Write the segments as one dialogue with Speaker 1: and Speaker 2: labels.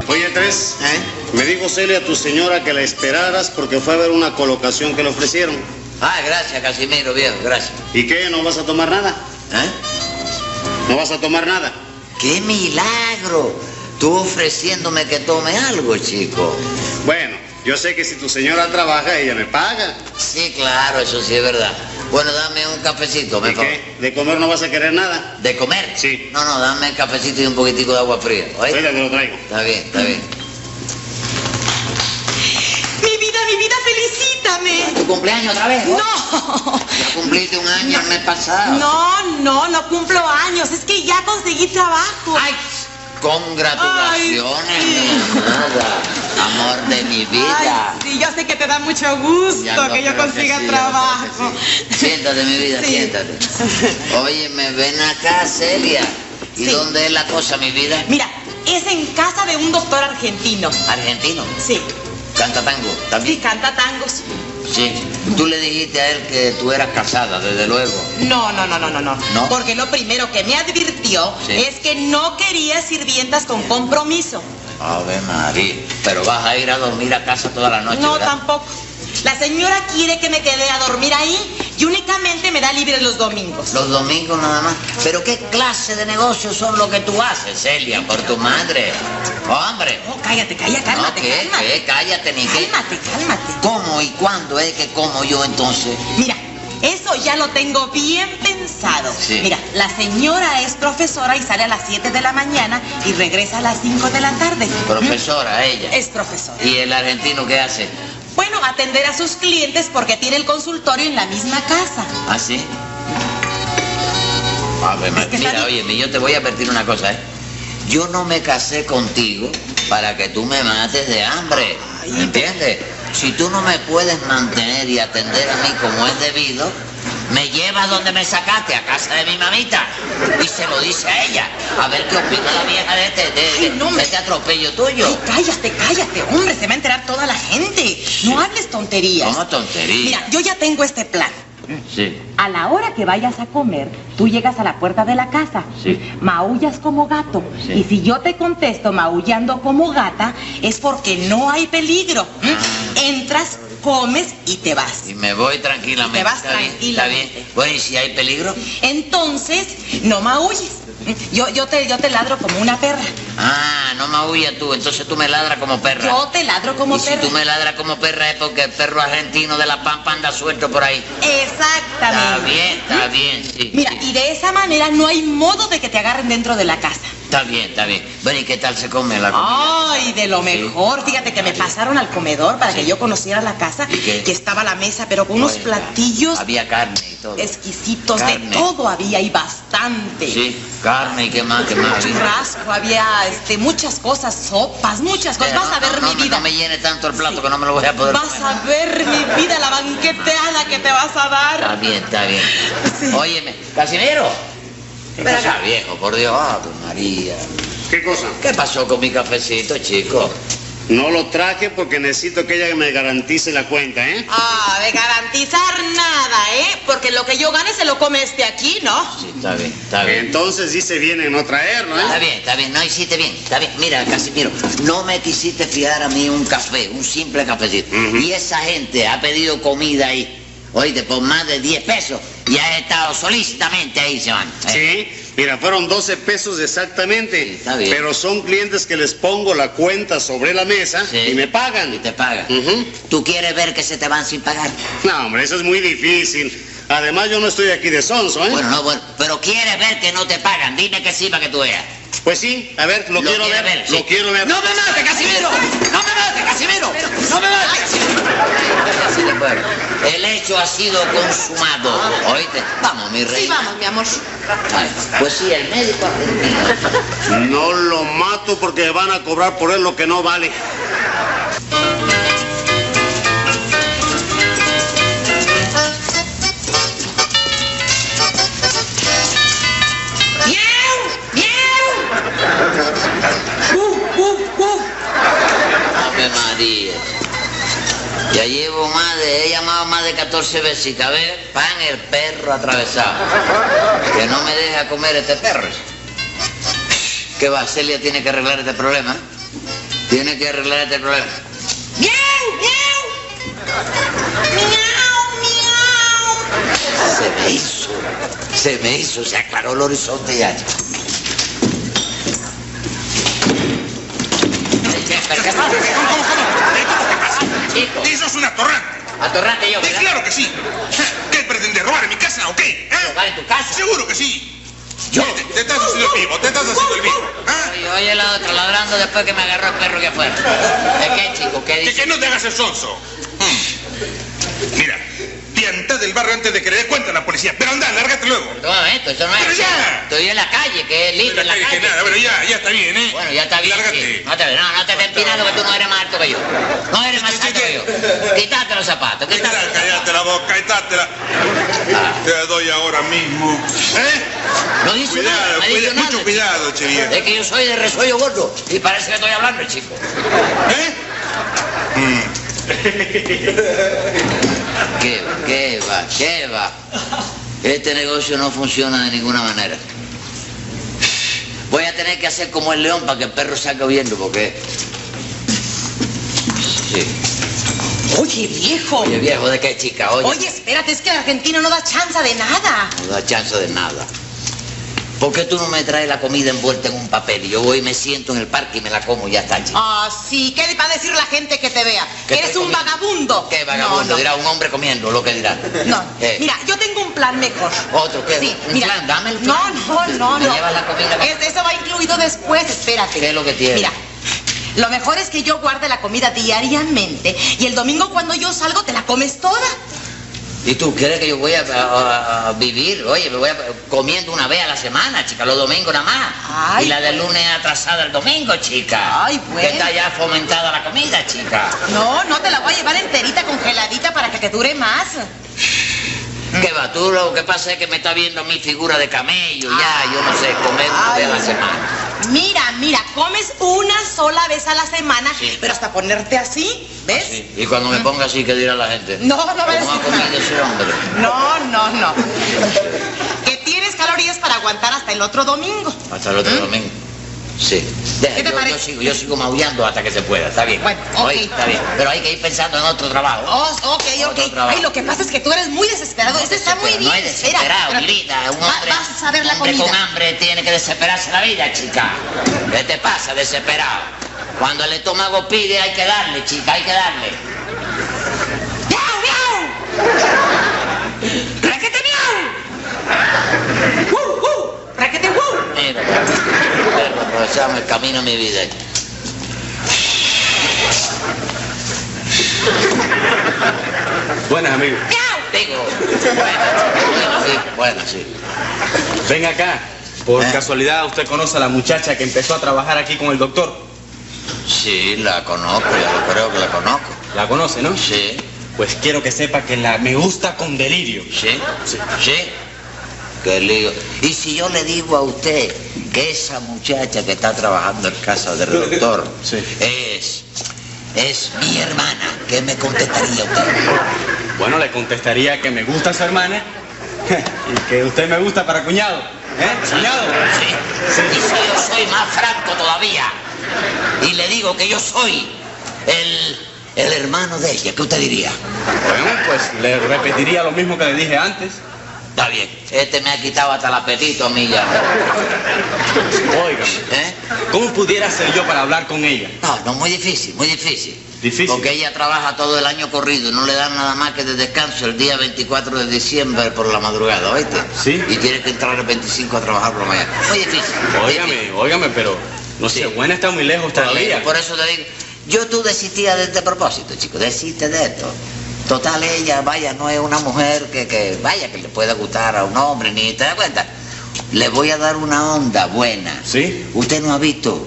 Speaker 1: Flores.
Speaker 2: ¿Eh?
Speaker 1: Me dijo Celia, tu señora, que la esperaras porque fue a ver una colocación que le ofrecieron.
Speaker 2: Ah, gracias, Casimiro, viejo, gracias.
Speaker 1: ¿Y qué? ¿No vas a tomar nada?
Speaker 2: ¿Eh?
Speaker 1: ¿No vas a tomar nada?
Speaker 2: ¡Qué milagro! Tú ofreciéndome que tome algo, chico.
Speaker 1: Bueno, yo sé que si tu señora trabaja, ella me paga.
Speaker 2: Sí, claro, eso sí es verdad. Bueno, dame un cafecito, me
Speaker 1: ¿Y qué? ¿De comer no vas a querer nada?
Speaker 2: ¿De comer?
Speaker 1: Sí.
Speaker 2: No, no, dame el cafecito y un poquitico de agua fría. ¿oíste?
Speaker 1: Espera, te lo traigo.
Speaker 2: Está bien, está bien.
Speaker 3: Mi vida, mi vida, felicítame.
Speaker 2: ¿Tu cumpleaños otra vez?
Speaker 3: No.
Speaker 2: Ya cumpliste un año el mes pasado.
Speaker 3: No, no, no cumplo años. Es que ya conseguí trabajo.
Speaker 2: ¡Ay! ¡Congratulaciones!
Speaker 3: Ay, sí.
Speaker 2: Nada. Amor de mi vida.
Speaker 3: Ay, sí, yo sé que te da mucho gusto
Speaker 2: Ya lo
Speaker 3: que yo
Speaker 2: creo
Speaker 3: consiga
Speaker 2: sí, ya lo
Speaker 3: trabajo.
Speaker 2: creo que sí. Siéntate, mi vida,
Speaker 3: Sí.
Speaker 2: siéntate. Oye, me ven acá, Celia. ¿Y
Speaker 3: Sí.
Speaker 2: dónde es la cosa, mi vida?
Speaker 3: Mira, es en casa de un doctor argentino.
Speaker 2: Argentino.
Speaker 3: Sí,
Speaker 2: Canta tango
Speaker 3: sí,
Speaker 2: también.
Speaker 3: canta tangos.
Speaker 2: Sí. Tú le dijiste a él que tú eras casada, desde luego.
Speaker 3: No, no, no, no, no, no.
Speaker 2: ¿No?
Speaker 3: Porque lo primero que me advirtió
Speaker 2: Sí.
Speaker 3: es que no quería sirvientas con compromiso.
Speaker 2: Ave María. Pero vas a ir a dormir a casa toda la noche.
Speaker 3: no,
Speaker 2: ¿verdad?
Speaker 3: tampoco. La señora quiere que me quede a dormir ahí y únicamente me da libre los domingos.
Speaker 2: Los domingos nada más. Pero qué clase de negocios son lo que tú haces, Celia, por tu madre. Hombre.
Speaker 3: No, cállate, cállate,
Speaker 2: No,
Speaker 3: cálmate,
Speaker 2: ¿qué?
Speaker 3: cálmate.
Speaker 2: ¿Qué? Cállate, ni qué.
Speaker 3: Cálmate, cálmate.
Speaker 2: ¿Cómo y cuándo es que como yo entonces?
Speaker 3: Mira, eso ya lo tengo bien pensado.
Speaker 2: Sí.
Speaker 3: Mira, la señora es profesora y sale a las 7 de la mañana y regresa a las 5 de la tarde.
Speaker 2: Profesora, ella.
Speaker 3: Es profesora.
Speaker 2: ¿Y el argentino qué hace?
Speaker 3: Bueno, atender a sus clientes porque tiene el consultorio en la misma casa.
Speaker 2: ¿Así? Ave María.
Speaker 3: Es que
Speaker 2: Mira,
Speaker 3: está
Speaker 2: oye, yo te voy a advertir una cosa, ¿eh? Yo no me casé contigo para que tú me mates de hambre. ¿Me entiendes? Si tú no me puedes mantener y atender a mí como es debido, me llevas donde me sacaste, a casa de mi mamita. Y se lo dice a ella. A ver qué opina la vieja de este, de,
Speaker 3: Ay, no
Speaker 2: de
Speaker 3: me-
Speaker 2: este atropello tuyo.
Speaker 3: Ay, cállate, cállate, hombre, se va a enterar toda la gente. No hables tonterías.
Speaker 2: ¿Cómo tontería?
Speaker 3: Mira, yo ya tengo este plan.
Speaker 2: Sí.
Speaker 3: A la hora que vayas a comer, tú llegas a la puerta de la casa,
Speaker 2: Sí.
Speaker 3: maullas como gato.
Speaker 2: Sí.
Speaker 3: Y si yo te contesto maullando como gata, es porque no hay peligro. Entras, comes y te vas.
Speaker 2: Y me voy tranquilamente.
Speaker 3: Te vas
Speaker 2: Está bien,
Speaker 3: tranquilamente.
Speaker 2: Está bien. Bueno, ¿y si hay peligro?
Speaker 3: Entonces, no maulles. Yo, yo, te, yo te ladro como una perra.
Speaker 2: Ah, no maullas tú, entonces tú me ladras como perra.
Speaker 3: Yo te ladro como
Speaker 2: y si
Speaker 3: perra.
Speaker 2: tú me ladras como perra es porque el perro argentino de la pampa anda suelto por ahí. Está
Speaker 3: Exactamente.
Speaker 2: bien, está bien, sí.
Speaker 3: Mira,
Speaker 2: sí.
Speaker 3: y de esa manera no hay modo de que te agarren dentro de la casa.
Speaker 2: Está bien, está bien. Bueno, ¿y qué tal se come
Speaker 3: Ah,
Speaker 2: la comida?
Speaker 3: Ay, de lo
Speaker 2: Sí.
Speaker 3: mejor. Fíjate que me pasaron al comedor para que yo conociera la casa,
Speaker 2: ¿Y qué?
Speaker 3: que estaba la mesa, pero con unos
Speaker 2: Oiga,
Speaker 3: platillos
Speaker 2: Había carne y todo.
Speaker 3: exquisitos.
Speaker 2: Carne.
Speaker 3: De todo había y bastante.
Speaker 2: Sí, carne y qué más, qué más.
Speaker 3: Churrasco, había este, muchas cosas, sopas, muchas cosas.
Speaker 2: Pero
Speaker 3: Vas a
Speaker 2: Eh, no,
Speaker 3: ver
Speaker 2: no,
Speaker 3: mi
Speaker 2: me-
Speaker 3: vida.
Speaker 2: No me llene tanto el plato que no me lo voy a poder
Speaker 3: Vas
Speaker 2: comer.
Speaker 3: a ver mi vida, la banqueteada que te vas a
Speaker 2: Está
Speaker 3: dar.
Speaker 2: bien, está bien. Óyeme, Casimiro. Ven acá, viejo, por Dios. Ah, tu María.
Speaker 1: ¿Qué cosa?
Speaker 2: ¿Qué pasó con mi cafecito, chico?
Speaker 1: No lo traje porque necesito que ella me garantice la cuenta, ¿eh?
Speaker 3: Ah, de garantizar nada, ¿eh? Porque lo que yo gane se lo come este aquí, ¿no?
Speaker 2: Sí, está bien, está bien.
Speaker 1: Entonces dice bien en no traerlo,
Speaker 2: Está
Speaker 1: ¿eh?
Speaker 2: bien, está bien, no hiciste bien, está bien. Mira, Casimiro, no me quisiste fiar a mí un café, un simple cafecito.
Speaker 1: Ujú.
Speaker 2: Y esa gente ha pedido comida ahí, oíste, por más de 10 pesos, y ha estado solícitamente ahí, se van. Eh,
Speaker 1: Sí, mira, fueron 12 pesos
Speaker 2: Sí,
Speaker 1: exactamente.
Speaker 2: está bien.
Speaker 1: Pero son clientes que les pongo la cuenta sobre la mesa
Speaker 2: Sí.
Speaker 1: y me pagan.
Speaker 2: Y te pagan.
Speaker 1: Ujú.
Speaker 2: ¿Tú quieres ver que se te van sin pagar?
Speaker 1: No, hombre, eso es muy difícil. Además, yo no estoy aquí de sonso, ¿eh?
Speaker 2: Bueno, no, bueno, pero quieres ver que no te pagan, dime que sí para que tú veas.
Speaker 1: Pues sí, a ver, lo, quiero ver,
Speaker 2: quieres sí.
Speaker 1: lo quiero ver.
Speaker 2: ¡No me mates, Casimiro! ¡No me mates, Casimiro! ¡No me mates, Casimiro! Así de bueno. El hecho ha sido consumado. ¿Oíste? Vamos, mi rey.
Speaker 3: Sí, vamos, mi amor.
Speaker 2: Ay, pues sí, el médico argentino.
Speaker 1: No lo mato porque van a cobrar por él lo que no vale.
Speaker 3: ¡Miau! ¡Miau! ¡Uf, uf, uf!
Speaker 2: Ave María. Ya llevo más de, he llamado más de 14 veces y a ver, pan el perro atravesado. Que no me deja comer este perro. ¿Qué va? Celia tiene que arreglar este problema. Tiene que arreglar este problema.
Speaker 3: ¡Miau, miau! ¡Miau,
Speaker 2: Se me hizo. Se me hizo, se aclaró el horizonte ya. Chico,
Speaker 4: Eso es un atorrante.
Speaker 2: atorrante yo,
Speaker 4: Sí,
Speaker 2: ¿verdad?
Speaker 4: claro que sí. ¿Qué pretende robar en mi casa o qué?
Speaker 2: ¿Robar
Speaker 4: ¿Eh?
Speaker 2: en tu casa?
Speaker 4: Seguro que sí.
Speaker 2: Yo.
Speaker 4: Te, te estás haciendo el vivo, te estás haciendo el vivo. ¿Ah?
Speaker 2: Oye, oye, el otro ladrando después que me agarró el perro que afuera. ¿De qué, chico? ¿Qué
Speaker 4: Que,
Speaker 2: dice?
Speaker 4: que no te hagas el sonso. Mm. Mira, pianta del barrio antes de que le dé cuenta a la policía. Pero anda, lárgate luego.
Speaker 2: Todo esto, eso no es.
Speaker 4: Pero ya.
Speaker 2: Estoy en la calle, que es libre
Speaker 4: Mira,
Speaker 2: en la
Speaker 4: que- que
Speaker 2: calle.
Speaker 4: nada, bueno, ya, ya está bien, ¿eh?
Speaker 2: Bueno, ya está bien.
Speaker 4: Lárgate.
Speaker 2: sí. No te, no, no te estés empinando que tú no eres más alto que yo. No eres más
Speaker 4: Sí, sí,
Speaker 2: alto
Speaker 4: sí.
Speaker 2: que yo. Quítate los zapatos,
Speaker 4: Ahí está,
Speaker 2: quítate los
Speaker 4: Cállate
Speaker 2: zapatos.
Speaker 4: la boca, ahí está, te la... Te la doy ahora mismo. ¿Eh?
Speaker 2: No hizo nada,
Speaker 4: Cuidado,
Speaker 2: no hizo
Speaker 4: cuida-
Speaker 2: nada.
Speaker 4: mucho cuidado, che viejo.
Speaker 2: Es que yo soy de resuello gordo y parece que estoy hablando, chico.
Speaker 4: ¿Eh? Mm.
Speaker 2: ¿Qué va? ¿Qué va? ¿Qué va? Este negocio no funciona de ninguna manera. Voy a tener que hacer como el león para que el perro salga viendo, porque... Sí.
Speaker 3: miau! Oye, viejo.
Speaker 2: Oye, viejo, ¿de qué chica? Oye,
Speaker 3: Oye, espérate, es que la Argentina no da chance de nada.
Speaker 2: no da chance de nada. ¿Por qué tú no me traes la comida envuelta en un papel? Y yo voy y me siento en el parque y me la como y ya está, chico.
Speaker 3: Ah, sí, ¿qué le va a decir la gente que te vea?
Speaker 2: ¿Qué
Speaker 3: Que eres
Speaker 2: estoy
Speaker 3: un
Speaker 2: comiendo?
Speaker 3: vagabundo.
Speaker 2: ¿Qué vagabundo?
Speaker 3: Ah. No, no.
Speaker 2: Dirá un hombre comiendo, lo que dirá.
Speaker 3: No,
Speaker 2: Eh,
Speaker 3: mira, yo tengo un plan mejor.
Speaker 2: ¿Otro qué?
Speaker 3: Sí,
Speaker 2: ¿Un
Speaker 3: mira.
Speaker 2: plan? Dame el plan.
Speaker 3: No, no, no,
Speaker 2: Me
Speaker 3: no.
Speaker 2: llevas la comida.
Speaker 3: Es- eso va incluido después, espérate.
Speaker 2: ¿Qué es lo que tiene?
Speaker 3: Mira, lo mejor es que yo guarde la comida diariamente y el domingo cuando yo salgo te la comes toda.
Speaker 2: ¿Y tú crees que yo voy a, a- a- a vivir? Oye, me voy a, comiendo una vez a la semana, chica, los domingos nada más.
Speaker 3: Ay, pues.
Speaker 2: y la del lunes atrasada el domingo, chica.
Speaker 3: Ay, pues. bueno.
Speaker 2: Que está ya fomentada la comida, chica.
Speaker 3: No, no, te la voy a llevar enterita, congeladita, para que te dure más. Mm.
Speaker 2: Que va, tú lo que pasa es que me está viendo mi figura de camello,
Speaker 3: Ah.
Speaker 2: ya, yo no sé, comer una
Speaker 3: Ay.
Speaker 2: vez
Speaker 3: ah,
Speaker 2: a la semana.
Speaker 3: Mira, mira, comes una sola vez a la semana,
Speaker 2: Sí. Ah,
Speaker 3: pero hasta ponerte así, ¿ves?
Speaker 2: Sí, Y cuando me ponga así, ¿qué dirá la gente?
Speaker 3: Mm. No, no va a
Speaker 2: ¿Cómo
Speaker 3: decir
Speaker 2: ha comido
Speaker 3: nada.
Speaker 2: ese hombre?
Speaker 3: No, no, no. Que tienes calorías para aguantar hasta el otro domingo.
Speaker 2: Hasta el otro domingo. Sí. Deja,
Speaker 3: ¿Mm? ¿Qué te
Speaker 2: yo,
Speaker 3: parece?
Speaker 2: yo sigo, yo sigo maullando hasta que se pueda, está bien.
Speaker 3: Bueno, ok.
Speaker 2: Oye, está bien. Pero hay que ir pensando en otro trabajo.
Speaker 3: Oh, ok,
Speaker 2: Otro
Speaker 3: ok.
Speaker 2: trabajo.
Speaker 3: Ay, lo que pasa es que tú eres muy desesperado. Eso este está muy bien.
Speaker 2: No es desesperado,
Speaker 3: espera.
Speaker 2: grita. Un
Speaker 3: Va-
Speaker 2: hombre,
Speaker 3: vas a ver la
Speaker 2: un hombre
Speaker 3: comida.
Speaker 2: con hambre tiene que desesperarse la vida, chica. ¿Qué te pasa, desesperado? Cuando el estómago pide hay que darle, chica, hay que darle.
Speaker 3: ¡Miau, miau! ¡Raquete, miau! ¡Woo, woo! ¡Raquete, woo!
Speaker 2: Mira, pero aprovechamos el camino de mi vida.
Speaker 5: Buenas, amigo.
Speaker 3: ¡Miau!
Speaker 2: Digo, bueno, sí, bueno, sí.
Speaker 5: Venga acá. Por
Speaker 2: ¿Eh?
Speaker 5: casualidad, ¿usted conoce a la muchacha que empezó a trabajar aquí con el doctor?
Speaker 2: Sí, la conozco, yo creo que la conozco.
Speaker 5: ¿La conoce, no?
Speaker 2: Sí,
Speaker 5: Pues quiero que sepa que la me gusta con delirio.
Speaker 2: sí, sí, sí. Qué lío. Y si yo le digo a usted que esa muchacha que está trabajando en casa del doctor
Speaker 5: Sí.
Speaker 2: es. es mi hermana, ¿qué me contestaría usted?
Speaker 5: Bueno, le contestaría que me gusta su hermana y que usted me gusta para cuñado. ¿Eh? ¿Cuñado?
Speaker 2: Sí. Y si yo soy más franco todavía y le digo que yo soy el. el hermano de ella, ¿qué usted diría?
Speaker 5: Bueno, pues le repetiría lo mismo que le dije antes.
Speaker 2: Está bien, este me ha quitado hasta el apetito a mí ya.
Speaker 5: Óigame,
Speaker 2: ¿Eh?
Speaker 5: ¿cómo pudiera ser yo para hablar con ella?
Speaker 2: No, no, muy difícil, muy difícil.
Speaker 5: Difícil.
Speaker 2: Porque ella trabaja todo el año corrido, no le dan nada más que de descanso el día 24 de diciembre por la madrugada, ¿oíste?
Speaker 5: Sí.
Speaker 2: Y tiene que entrar el 25 a trabajar por la mañana. Muy difícil. difícil.
Speaker 5: Óigame, óigame, pero no sé, buena está muy lejos
Speaker 2: Por,
Speaker 5: todavía.
Speaker 2: por eso te digo, yo tú desistías de este propósito, chico, desiste de esto. Total, ella, vaya, no es una mujer que, que, vaya, que le pueda gustar a un hombre, ni te das cuenta. Le voy a dar una onda buena.
Speaker 5: ¿Sí?
Speaker 2: ¿Usted no ha visto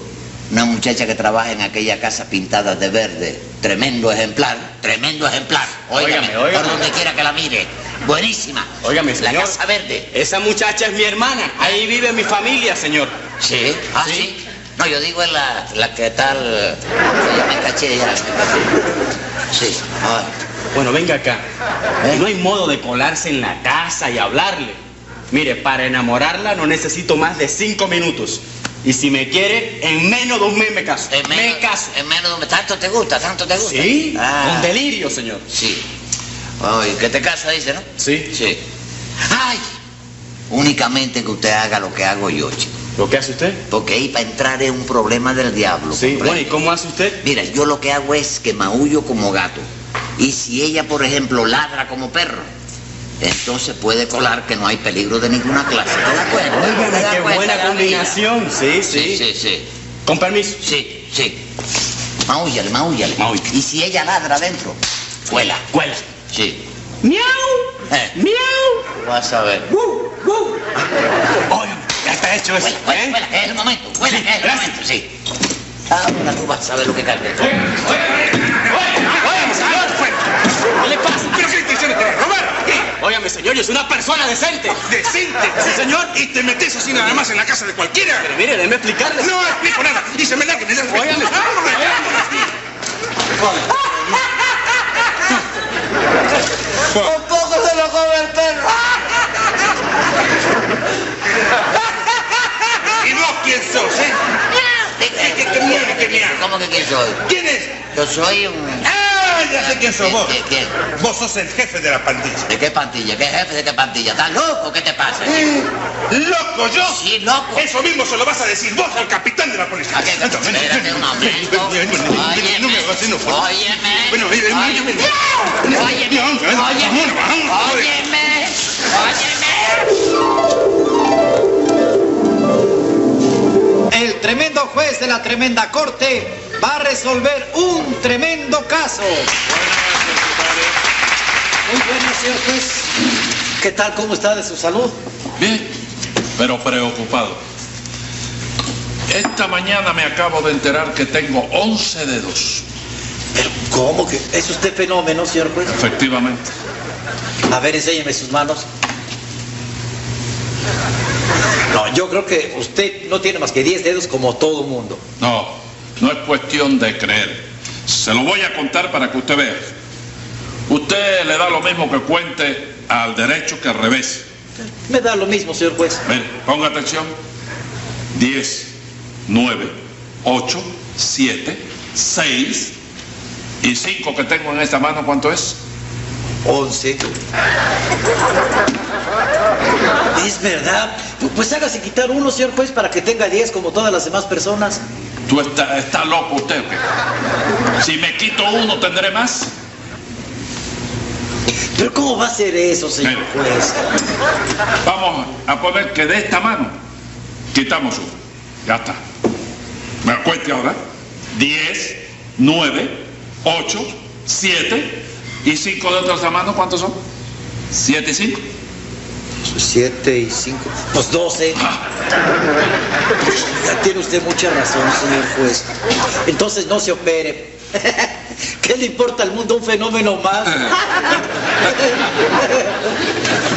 Speaker 2: una muchacha que trabaja en aquella casa pintada de verde? Tremendo ejemplar, tremendo ejemplar. Óigame,
Speaker 5: Óigame, óigame.
Speaker 2: por donde quiera que la mire. Buenísima.
Speaker 5: Óigame,
Speaker 2: La
Speaker 5: señor.
Speaker 2: casa verde.
Speaker 5: Esa muchacha es mi hermana. Ahí vive mi familia, señor.
Speaker 2: Sí. Ah, sí.
Speaker 5: Sí.
Speaker 2: No, yo digo es la, la que tal... Ya me caché ya. Sí. Ah,
Speaker 5: Bueno, venga acá.
Speaker 2: ¿Eh?
Speaker 5: No hay modo de colarse en la casa y hablarle. Mire, para enamorarla no necesito más de cinco minutos. Y si me quiere, en menos de un mes me caso.
Speaker 2: En menos,
Speaker 5: me caso.
Speaker 2: En menos de un mes. ¿Tanto te gusta? ¿Tanto te gusta?
Speaker 5: Sí,
Speaker 2: Ah,
Speaker 5: con delirio, señor.
Speaker 2: Sí. Oye, que te casa, dice, ¿no?
Speaker 5: Sí.
Speaker 2: Sí. ¡Ay! Únicamente que usted haga lo que hago yo, chico.
Speaker 5: ¿Lo que hace usted?
Speaker 2: Porque ahí para entrar es un problema del diablo.
Speaker 5: Sí.
Speaker 2: ¿comprende?
Speaker 5: Bueno, ¿y cómo hace usted?
Speaker 2: Mira, yo lo que hago es que maullo como gato. Y si ella, por ejemplo, ladra como perro, entonces puede colar que no hay peligro de ninguna clase. ¿Te das cuenta? ¿Te das
Speaker 5: qué
Speaker 2: cuenta,
Speaker 5: buena
Speaker 2: Gabriela?
Speaker 5: combinación. Sí, sí,
Speaker 2: Sí, sí, sí.
Speaker 5: Con permiso.
Speaker 2: Sí, sí. Maúllale, maúllale.
Speaker 5: Maúlla.
Speaker 2: Y si ella ladra adentro, cuela.
Speaker 5: Cuela.
Speaker 2: Sí.
Speaker 5: ¡Miau!
Speaker 2: Eh,
Speaker 5: ¡Miau!
Speaker 2: vas a ver.
Speaker 5: ¡Woo! ¡Woo! Oigan, ya está hecho eso.
Speaker 2: Cuela, cuela, cuela,
Speaker 5: ¿eh?
Speaker 2: que es el momento. Cuela, que es el
Speaker 5: gracias.
Speaker 2: momento, sí. Ahora tú vas a ver lo que carga.
Speaker 5: Óigame, señor. pues. ¿Qué le pasa?
Speaker 4: ¿Pero qué intenciones tenés? ¿Robar? ¿Qué?
Speaker 5: Óigame, señor, yo soy una persona decente.
Speaker 4: ¿Decente?
Speaker 5: Sí, señor.
Speaker 4: ¿Y te metes así nada más en la casa de cualquiera?
Speaker 5: Pero mire, déjeme explicarle.
Speaker 4: No explico nada. Y se me larga, me Ah, larga.
Speaker 5: Óigame.
Speaker 2: Un poco se lo come el perro.
Speaker 4: ¿Y vos quién sos, eh?
Speaker 2: ¿Qué,
Speaker 4: qué- qué mierda, qué mierda?
Speaker 2: ¿Cómo que quién soy?
Speaker 4: ¿Quién es?
Speaker 2: Yo soy un...
Speaker 4: ¡Ah! Ya sé quién sos vos.
Speaker 2: ¿De, qué-
Speaker 4: Vos sos el jefe de la pandilla.
Speaker 2: de qué pantilla? ¿Qué jefe de qué pantilla? ¿Estás loco? ¿Qué te pasa?
Speaker 4: Eh. ¡Loco yo!
Speaker 2: Sí, loco.
Speaker 4: Eso mismo se lo vas a decir vos al capitán de la policía.
Speaker 2: ¿A qué? Espérate un momento. Óyeme.
Speaker 4: No me hagas enojar.
Speaker 2: Óyeme.
Speaker 4: Bueno, eh, eh,
Speaker 2: Óyeme.
Speaker 4: eh, eh,
Speaker 2: Óyeme.
Speaker 4: no, no, no,
Speaker 2: Óyeme.
Speaker 4: no, no, no,
Speaker 2: Óyeme. Óyeme.
Speaker 6: El tremendo juez de la tremenda corte va a resolver un tremendo caso. Muy buenas, señor juez. ¿Qué tal? ¿Cómo está de su salud?
Speaker 7: Bien, pero preocupado. Esta mañana me acabo de enterar que tengo 11 dedos,
Speaker 6: Pero, ¿cómo que? Es usted fenómeno, señor juez.
Speaker 7: efectivamente.
Speaker 6: A ver, enséñeme sus manos. No, yo creo que usted no tiene más que 10 dedos como todo mundo.
Speaker 7: No, no es cuestión de creer. Se lo voy a contar para que usted vea. Usted le da lo mismo que cuente al derecho que al revés.
Speaker 6: Me da lo mismo, señor juez.
Speaker 7: Ven, ponga atención. 10, 9, 8, 7, 6 y 5 que tengo en esta mano, ¿cuánto es?
Speaker 6: 11. Es verdad. Pu- Pues hágase quitar uno, señor juez, para que tenga 10 como todas las demás personas.
Speaker 7: ¿Tú está, está loco usted o qué? Si me quito uno, ¿tendré más?
Speaker 6: Pero ¿cómo va a ser eso, señor
Speaker 7: Ven.
Speaker 6: juez?
Speaker 7: Vamos a poner que de esta mano quitamos uno. Ya está. Me acueste ahora. 10, 9, 8, 7 y 5 de otra mano. ¿Cuántos son? 7 y 5.
Speaker 6: 7 y 5. Pues 12. Ya tiene usted mucha razón, señor juez. Entonces no se opere. ¿Qué le importa al mundo un fenómeno más?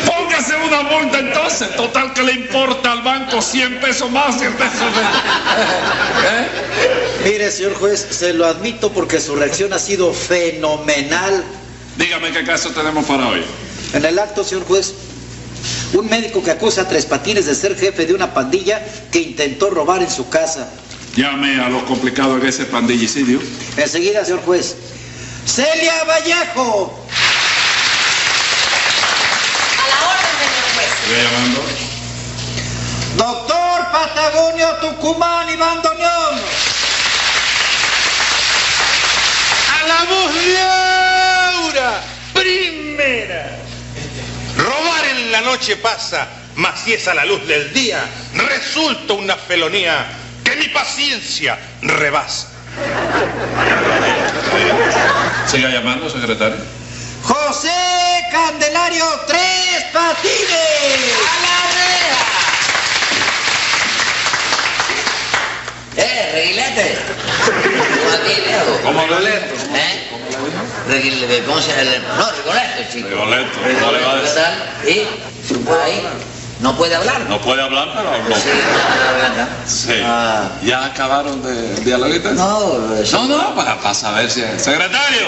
Speaker 7: Póngase una multa entonces. Total que le importa al banco 100 pesos más, 100 pesos menos. ¿Eh?
Speaker 6: Mire, señor juez, se lo admito porque su reacción ha sido fenomenal.
Speaker 7: Dígame qué caso tenemos para hoy.
Speaker 6: En el acto, señor juez, un médico que acusa a Tres Patines de ser jefe de una pandilla que intentó robar en su casa.
Speaker 7: Llame a lo complicado que es el pandillicidio.
Speaker 6: Enseguida, señor juez. Celia Vallejo.
Speaker 3: A la orden, pues. señor juez.
Speaker 7: Sigue llamando.
Speaker 6: Doctor Patagonio Tucumán y Bandoneón.
Speaker 4: ¡A la voz de Aura! ¡Primera! Robar en la noche pasa, mas si es a la luz del día, resulta una felonía que mi paciencia rebasa.
Speaker 7: Siga llamando, secretario.
Speaker 6: José Candelario Tres Patines.
Speaker 2: Eh, reguilete. Aquí, viejo.
Speaker 7: ¿Cómo Regoleto?
Speaker 2: ¿Eh? Reguilete, ¿Cómo se llama? No, Recoleto, chico.
Speaker 7: Regoleto, ¿cómo le va a
Speaker 2: ¿Qué
Speaker 7: decir?
Speaker 2: tal? ¿Y? Ahí. ¿No puede hablar?
Speaker 7: No puede hablar, pero habló.
Speaker 2: Sí, no puede hablar, ¿no?
Speaker 7: Sí.
Speaker 2: Ah.
Speaker 7: ¿Ya acabaron de dialoguitas?
Speaker 2: No, eh, sí.
Speaker 7: No, no, para, para saber si es. Secretario,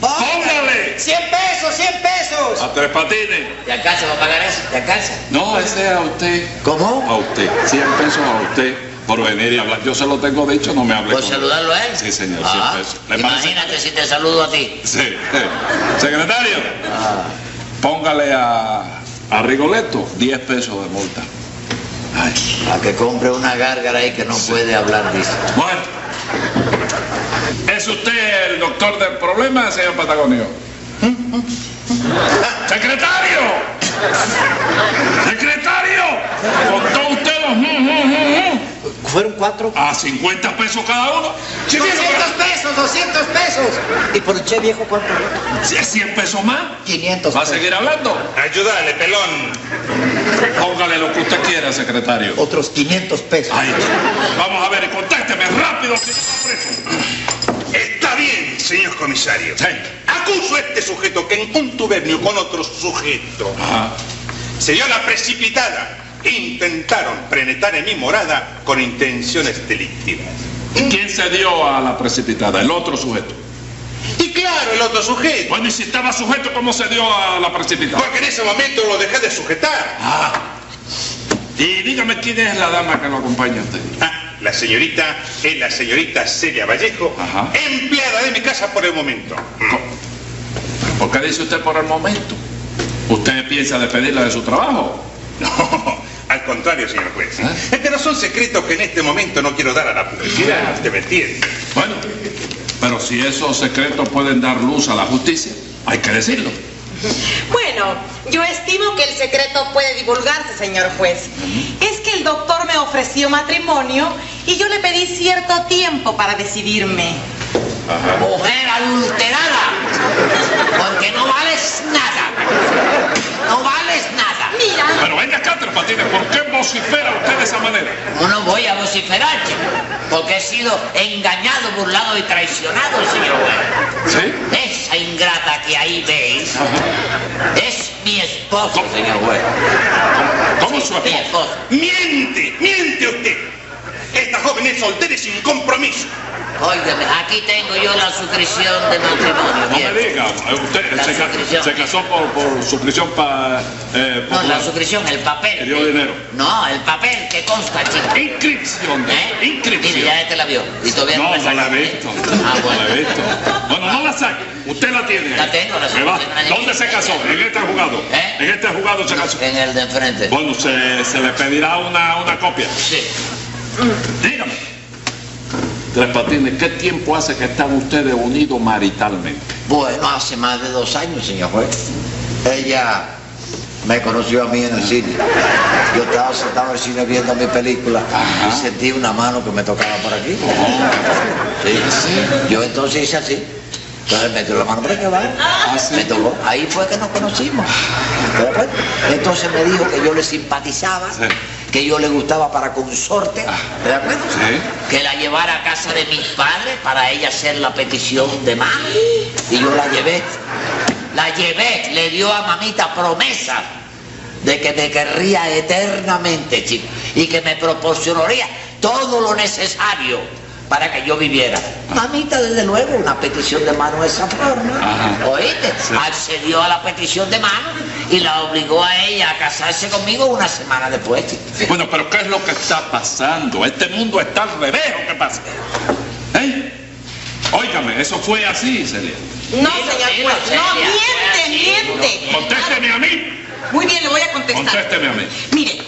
Speaker 7: póngale
Speaker 6: 100 pesos, 100 pesos.
Speaker 7: a tres patines.
Speaker 2: ¿Te alcanza para pagar eso? ¿Te alcanza?
Speaker 7: No, ese es a usted.
Speaker 2: ¿Cómo?
Speaker 7: A usted. 100 pesos a usted. por venir y hablar. Yo se lo tengo dicho, no me hable.
Speaker 2: ¿Puedo
Speaker 7: con-
Speaker 2: saludarlo a él?
Speaker 7: Sí, señor,
Speaker 2: Ah,
Speaker 7: siempre es. ¿Le parece?
Speaker 2: imagínate si te saludo a ti.
Speaker 7: Sí, sí. Secretario, póngale a, a Rigoletto 10 pesos de multa. Ay,
Speaker 2: A que compre una gárgara ahí que no puede hablar, dice.
Speaker 7: Bueno, ¿es usted el doctor del problema, señor Patagonio? ¡Secretario! ¡Secretario! ¿Contó usted los mm, mm, mm, mm?
Speaker 6: Fueron cuatro.
Speaker 7: a 50 pesos cada uno? Sí, sí,
Speaker 6: 200
Speaker 7: sí,
Speaker 6: pesos, 200 pesos. ¿Y por el che viejo cuánto?
Speaker 7: sí, 100 pesos más.
Speaker 6: 500
Speaker 7: ¿Va a
Speaker 6: pesos.
Speaker 7: seguir hablando?
Speaker 4: Ayúdale, pelón.
Speaker 7: Póngale lo que usted quiera, secretario.
Speaker 6: Otros 500 pesos.
Speaker 7: Ay, vamos a ver, contácteme rápido, si no está preso.
Speaker 4: Está bien, señor comisario.
Speaker 7: Sí.
Speaker 4: Acuso a este sujeto que en un tubernio con otro sujeto
Speaker 7: Ajá.
Speaker 4: se dio la precipitada. Intentaron prenetar en mi morada con intenciones delictivas.
Speaker 7: ¿Quién se dio a la precipitada? El otro sujeto.
Speaker 4: Y claro, el otro sujeto.
Speaker 7: Bueno, y si estaba sujeto, ¿cómo se dio a la precipitada?
Speaker 4: Porque en ese momento lo dejé de sujetar.
Speaker 7: Ah. Y dígame quién es la dama que lo acompaña a usted.
Speaker 4: Ah, la señorita es la señorita Celia Vallejo,
Speaker 7: Ajá.
Speaker 4: empleada de mi casa por el momento.
Speaker 7: ¿Por qué dice usted por el momento? ¿Usted piensa despedirla de su trabajo?
Speaker 4: No, al contrario, señor juez.
Speaker 7: ¿Ah?
Speaker 4: Pero son secretos que en este momento no quiero dar a la publicidad, ¿te me entiende?
Speaker 7: Bueno, pero si esos secretos pueden dar luz a la justicia, hay que decirlo.
Speaker 3: Bueno, yo estimo que el secreto puede divulgarse, señor juez. Es que el doctor me ofreció matrimonio y yo le pedí cierto tiempo para decidirme.
Speaker 2: Mujer adulterada, porque no vales nada. No vales nada.
Speaker 3: Mira,
Speaker 7: Pero venga acá, Tres Patines, ¿por qué vocifera usted de esa manera?
Speaker 2: No, no voy a vociferar, chico, porque he sido engañado, burlado y traicionado, señor juez.
Speaker 7: ¿Sí?
Speaker 2: Esa ingrata que ahí veis es mi esposo, señor juez.
Speaker 7: ¿Cómo es su
Speaker 2: Mi
Speaker 7: esposo?
Speaker 2: esposo.
Speaker 4: ¡Miente! ¡Miente usted! Esta joven es soltera y sin compromiso.
Speaker 2: Óigame, aquí tengo yo la suscripción de matrimonio.
Speaker 7: No Ah, me
Speaker 2: bien.
Speaker 7: diga, usted
Speaker 2: La
Speaker 7: se, ca-
Speaker 2: suscripción.
Speaker 7: se casó por, por suscripción para... Eh,
Speaker 2: No, la
Speaker 7: popular.
Speaker 2: suscripción, el
Speaker 7: Le
Speaker 2: papel.
Speaker 7: dio dinero.
Speaker 2: No, el papel que consta, chico.
Speaker 7: Inscripción,
Speaker 2: ¿Eh? Mire,
Speaker 7: inscripción.
Speaker 2: ya este la vio. Y todavía
Speaker 7: No,
Speaker 2: me
Speaker 7: no la he
Speaker 2: saca.
Speaker 7: visto.
Speaker 2: Ah,
Speaker 7: No la
Speaker 2: bueno.
Speaker 7: he visto. Bueno, no la saque. Usted la tiene.
Speaker 2: La tengo, la
Speaker 7: Me va.
Speaker 2: suscripción.
Speaker 7: ¿Dónde se casó? En este jugado.
Speaker 2: ¿Eh?
Speaker 7: En este jugado se casó.
Speaker 2: En el de enfrente.
Speaker 7: Bueno, se, se le pedirá una, una copia.
Speaker 2: Sí.
Speaker 7: Dígame. Tres Patines, ¿qué tiempo hace que están ustedes unidos maritalmente?
Speaker 2: Bueno, hace más de dos años, señor juez. Ella me conoció a mí en el cine. Yo estaba sentado en el cine viendo mi película y sentí una mano que me tocaba por aquí.
Speaker 7: Oh.
Speaker 2: Sí. Yo entonces hice así. Entonces metió la mano por aquí abajo.
Speaker 7: Ah, sí.
Speaker 2: Me tocó. Ahí fue que nos conocimos. ¿Te das cuenta? Entonces me dijo que yo le simpatizaba,
Speaker 7: Sí. Ah.
Speaker 2: que yo le gustaba para consorte. ¿Te das cuenta?
Speaker 7: Sí.
Speaker 2: que la llevara a casa de mis padres para ella hacer la petición de mami. Y yo la llevé. La llevé, le dio a mamita promesa de que me querría eternamente, chico, y que me proporcionaría todo lo necesario para que yo viviera. Mamita, desde luego, una petición de mano de esa forma,
Speaker 7: Ajá.
Speaker 2: ¿oíste? Accedió a la petición de mano y la obligó a ella a casarse conmigo una semana después, chico.
Speaker 7: Bueno, pero ¿qué es lo que está pasando? Este mundo está al revés, ¿o qué pasa? ¿Eh? Óigame, eso fue así, Celia.
Speaker 3: no,
Speaker 2: Dilo,
Speaker 3: señor
Speaker 2: dilo,
Speaker 3: juez, no,
Speaker 2: Celia.
Speaker 3: miente,
Speaker 2: Dilo.
Speaker 3: miente.
Speaker 7: Contésteme a mí.
Speaker 3: Muy bien, le voy a contestar.
Speaker 7: Contésteme a mí.
Speaker 3: Mire,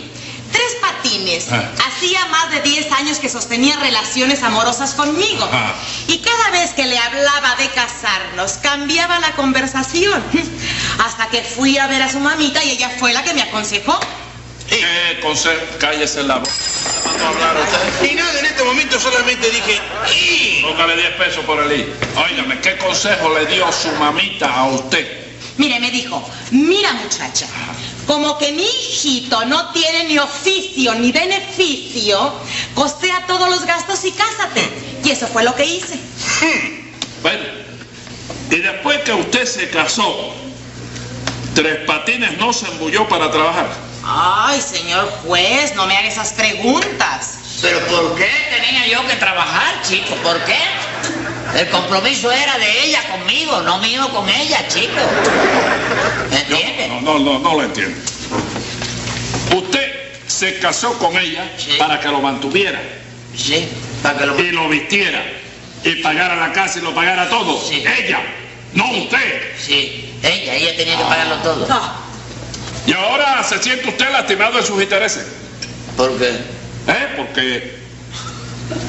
Speaker 3: Tres Patines
Speaker 7: Ah.
Speaker 3: hacía más de 10 años que sostenía relaciones amorosas conmigo.
Speaker 7: Ajá.
Speaker 3: Y cada vez que le hablaba de casarnos, cambiaba la conversación. Hasta que fui a ver a su mamita y ella fue la que me aconsejó.
Speaker 7: Eh, consejo, cállese la boca. Vamos a hablar a usted.
Speaker 4: Y nada, en este momento solamente dije, ¡y!
Speaker 7: Póngale 10 pesos por el I. Óigame, ¿qué consejo le dio su mamita a usted?
Speaker 3: Mire, me dijo, mira muchacha, como que mi hijito no tiene ni oficio ni beneficio, costea todos los gastos y cásate. Y eso fue lo que hice.
Speaker 7: Bueno, y después que usted se casó, Tres Patines no se embulló para trabajar.
Speaker 3: Ay, señor juez, no me haga esas preguntas.
Speaker 2: ¿Pero por qué tenía yo que trabajar, chico? ¿Por qué? El compromiso era de ella conmigo, no mío con ella, chico.
Speaker 7: Yo-
Speaker 2: ¿Entiendes?
Speaker 7: no, no, no, no lo entiendo. Usted se casó con ella
Speaker 2: Sí.
Speaker 7: para que lo mantuviera.
Speaker 2: Sí, para que lo...
Speaker 7: y lo vistiera y pagara la casa y lo pagara todo.
Speaker 2: Sí.
Speaker 7: Ella, no usted.
Speaker 2: Sí, ella, ella tenía que pagarlo todo.
Speaker 3: Ah,
Speaker 7: Y ahora se siente usted lastimado de sus intereses.
Speaker 2: Porque
Speaker 7: ¿eh? Porque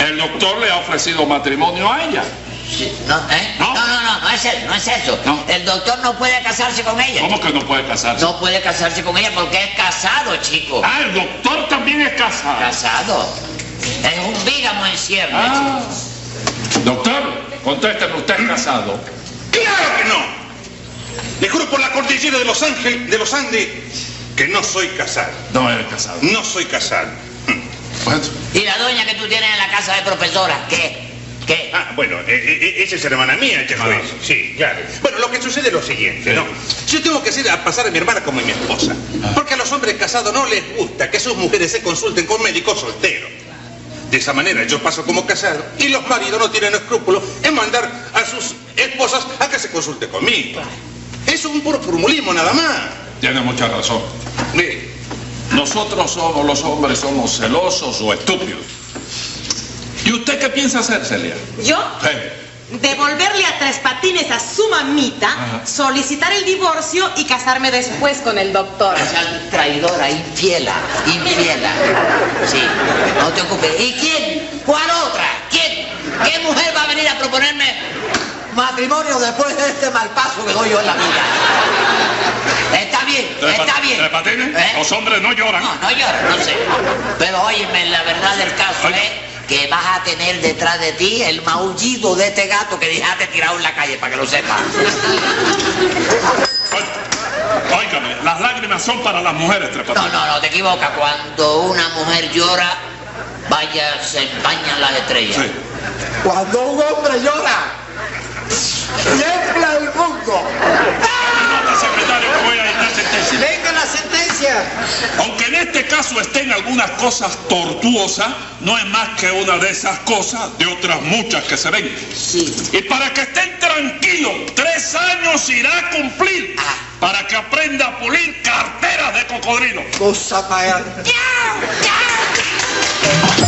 Speaker 7: el doctor le ha ofrecido matrimonio a ella.
Speaker 2: Sí, no, ¿eh?
Speaker 7: No.
Speaker 2: no, no, no, no es eso, no es eso.
Speaker 7: No.
Speaker 2: El doctor no puede casarse con ella.
Speaker 7: ¿Cómo que no puede casarse?
Speaker 2: No puede casarse con ella porque es casado, chico.
Speaker 7: Ah, el doctor también es casado.
Speaker 2: Casado. Es un vígamo en ciernes.
Speaker 7: Ah. Doctor, contésteme, usted es casado.
Speaker 4: ¡Claro que no! Le juro por la cordillera de los Ángeles, de los Andes, que no soy casado.
Speaker 7: No eres casado.
Speaker 4: No soy casado.
Speaker 7: Bueno,
Speaker 2: Y la doña que tú tienes en la casa de profesora, ¿qué? ¿Qué?
Speaker 4: Ah, bueno, eh, eh, esa es hermana mía, ya fue.
Speaker 7: Ah.
Speaker 4: Sí, claro. Bueno, lo que sucede es lo siguiente, ¿no? Yo tengo que hacer a pasar a mi hermana como a mi esposa. Porque a los hombres casados no les gusta que sus mujeres se consulten con médicos solteros. De esa manera yo paso como casado y los maridos no tienen escrúpulos en mandar a sus esposas a que se consulte conmigo. Eso es un puro formulismo nada más.
Speaker 7: tiene mucha razón.
Speaker 4: Mire,
Speaker 7: Nosotros somos los hombres, somos celosos o estúpidos. ¿Y usted qué piensa hacer, Celia?
Speaker 3: yo
Speaker 7: Eh,
Speaker 3: devolverle a tres patines a su mamita,
Speaker 7: Ajá.
Speaker 3: solicitar el divorcio y casarme después con el doctor.
Speaker 2: Esa traidora, infiela, infiela. Sí, no te ocupes. ¿Y quién? ¿Cuál otra? ¿Quién? ¿Qué mujer va a venir a proponerme matrimonio después de este mal paso que doy yo en la vida? Está bien,
Speaker 7: Tres
Speaker 2: está
Speaker 7: pat-
Speaker 2: bien.
Speaker 7: tres patines,
Speaker 2: ¿Eh?
Speaker 7: los hombres no lloran.
Speaker 2: No, no lloro, no sé. Pero óyeme, la verdad del caso
Speaker 7: Oiga.
Speaker 2: es que vas a tener detrás de ti el maullido de este gato que dejaste tirado en la calle, para que lo sepas.
Speaker 7: Oiga- Óigame, las lágrimas son para las mujeres, Tres
Speaker 2: No,
Speaker 7: Patines.
Speaker 2: no, no, te equivocas. Cuando una mujer llora, vaya, se empañan las estrellas.
Speaker 7: Sí.
Speaker 8: Cuando un hombre llora, tiembla el mundo.
Speaker 7: Nota, secretario, que voy a dictar sentencia.
Speaker 8: Venga la sentencia.
Speaker 7: Aunque en este caso estén algunas cosas tortuosas, no es más que una de esas cosas de otras muchas que se ven.
Speaker 2: Sí.
Speaker 7: Y para que estén tranquilos, tres años irá a cumplir
Speaker 2: Ah.
Speaker 7: para que aprenda a pulir carteras de cocodrilo.
Speaker 8: Cosa más grande.
Speaker 2: ¡Chao! ¡Chao!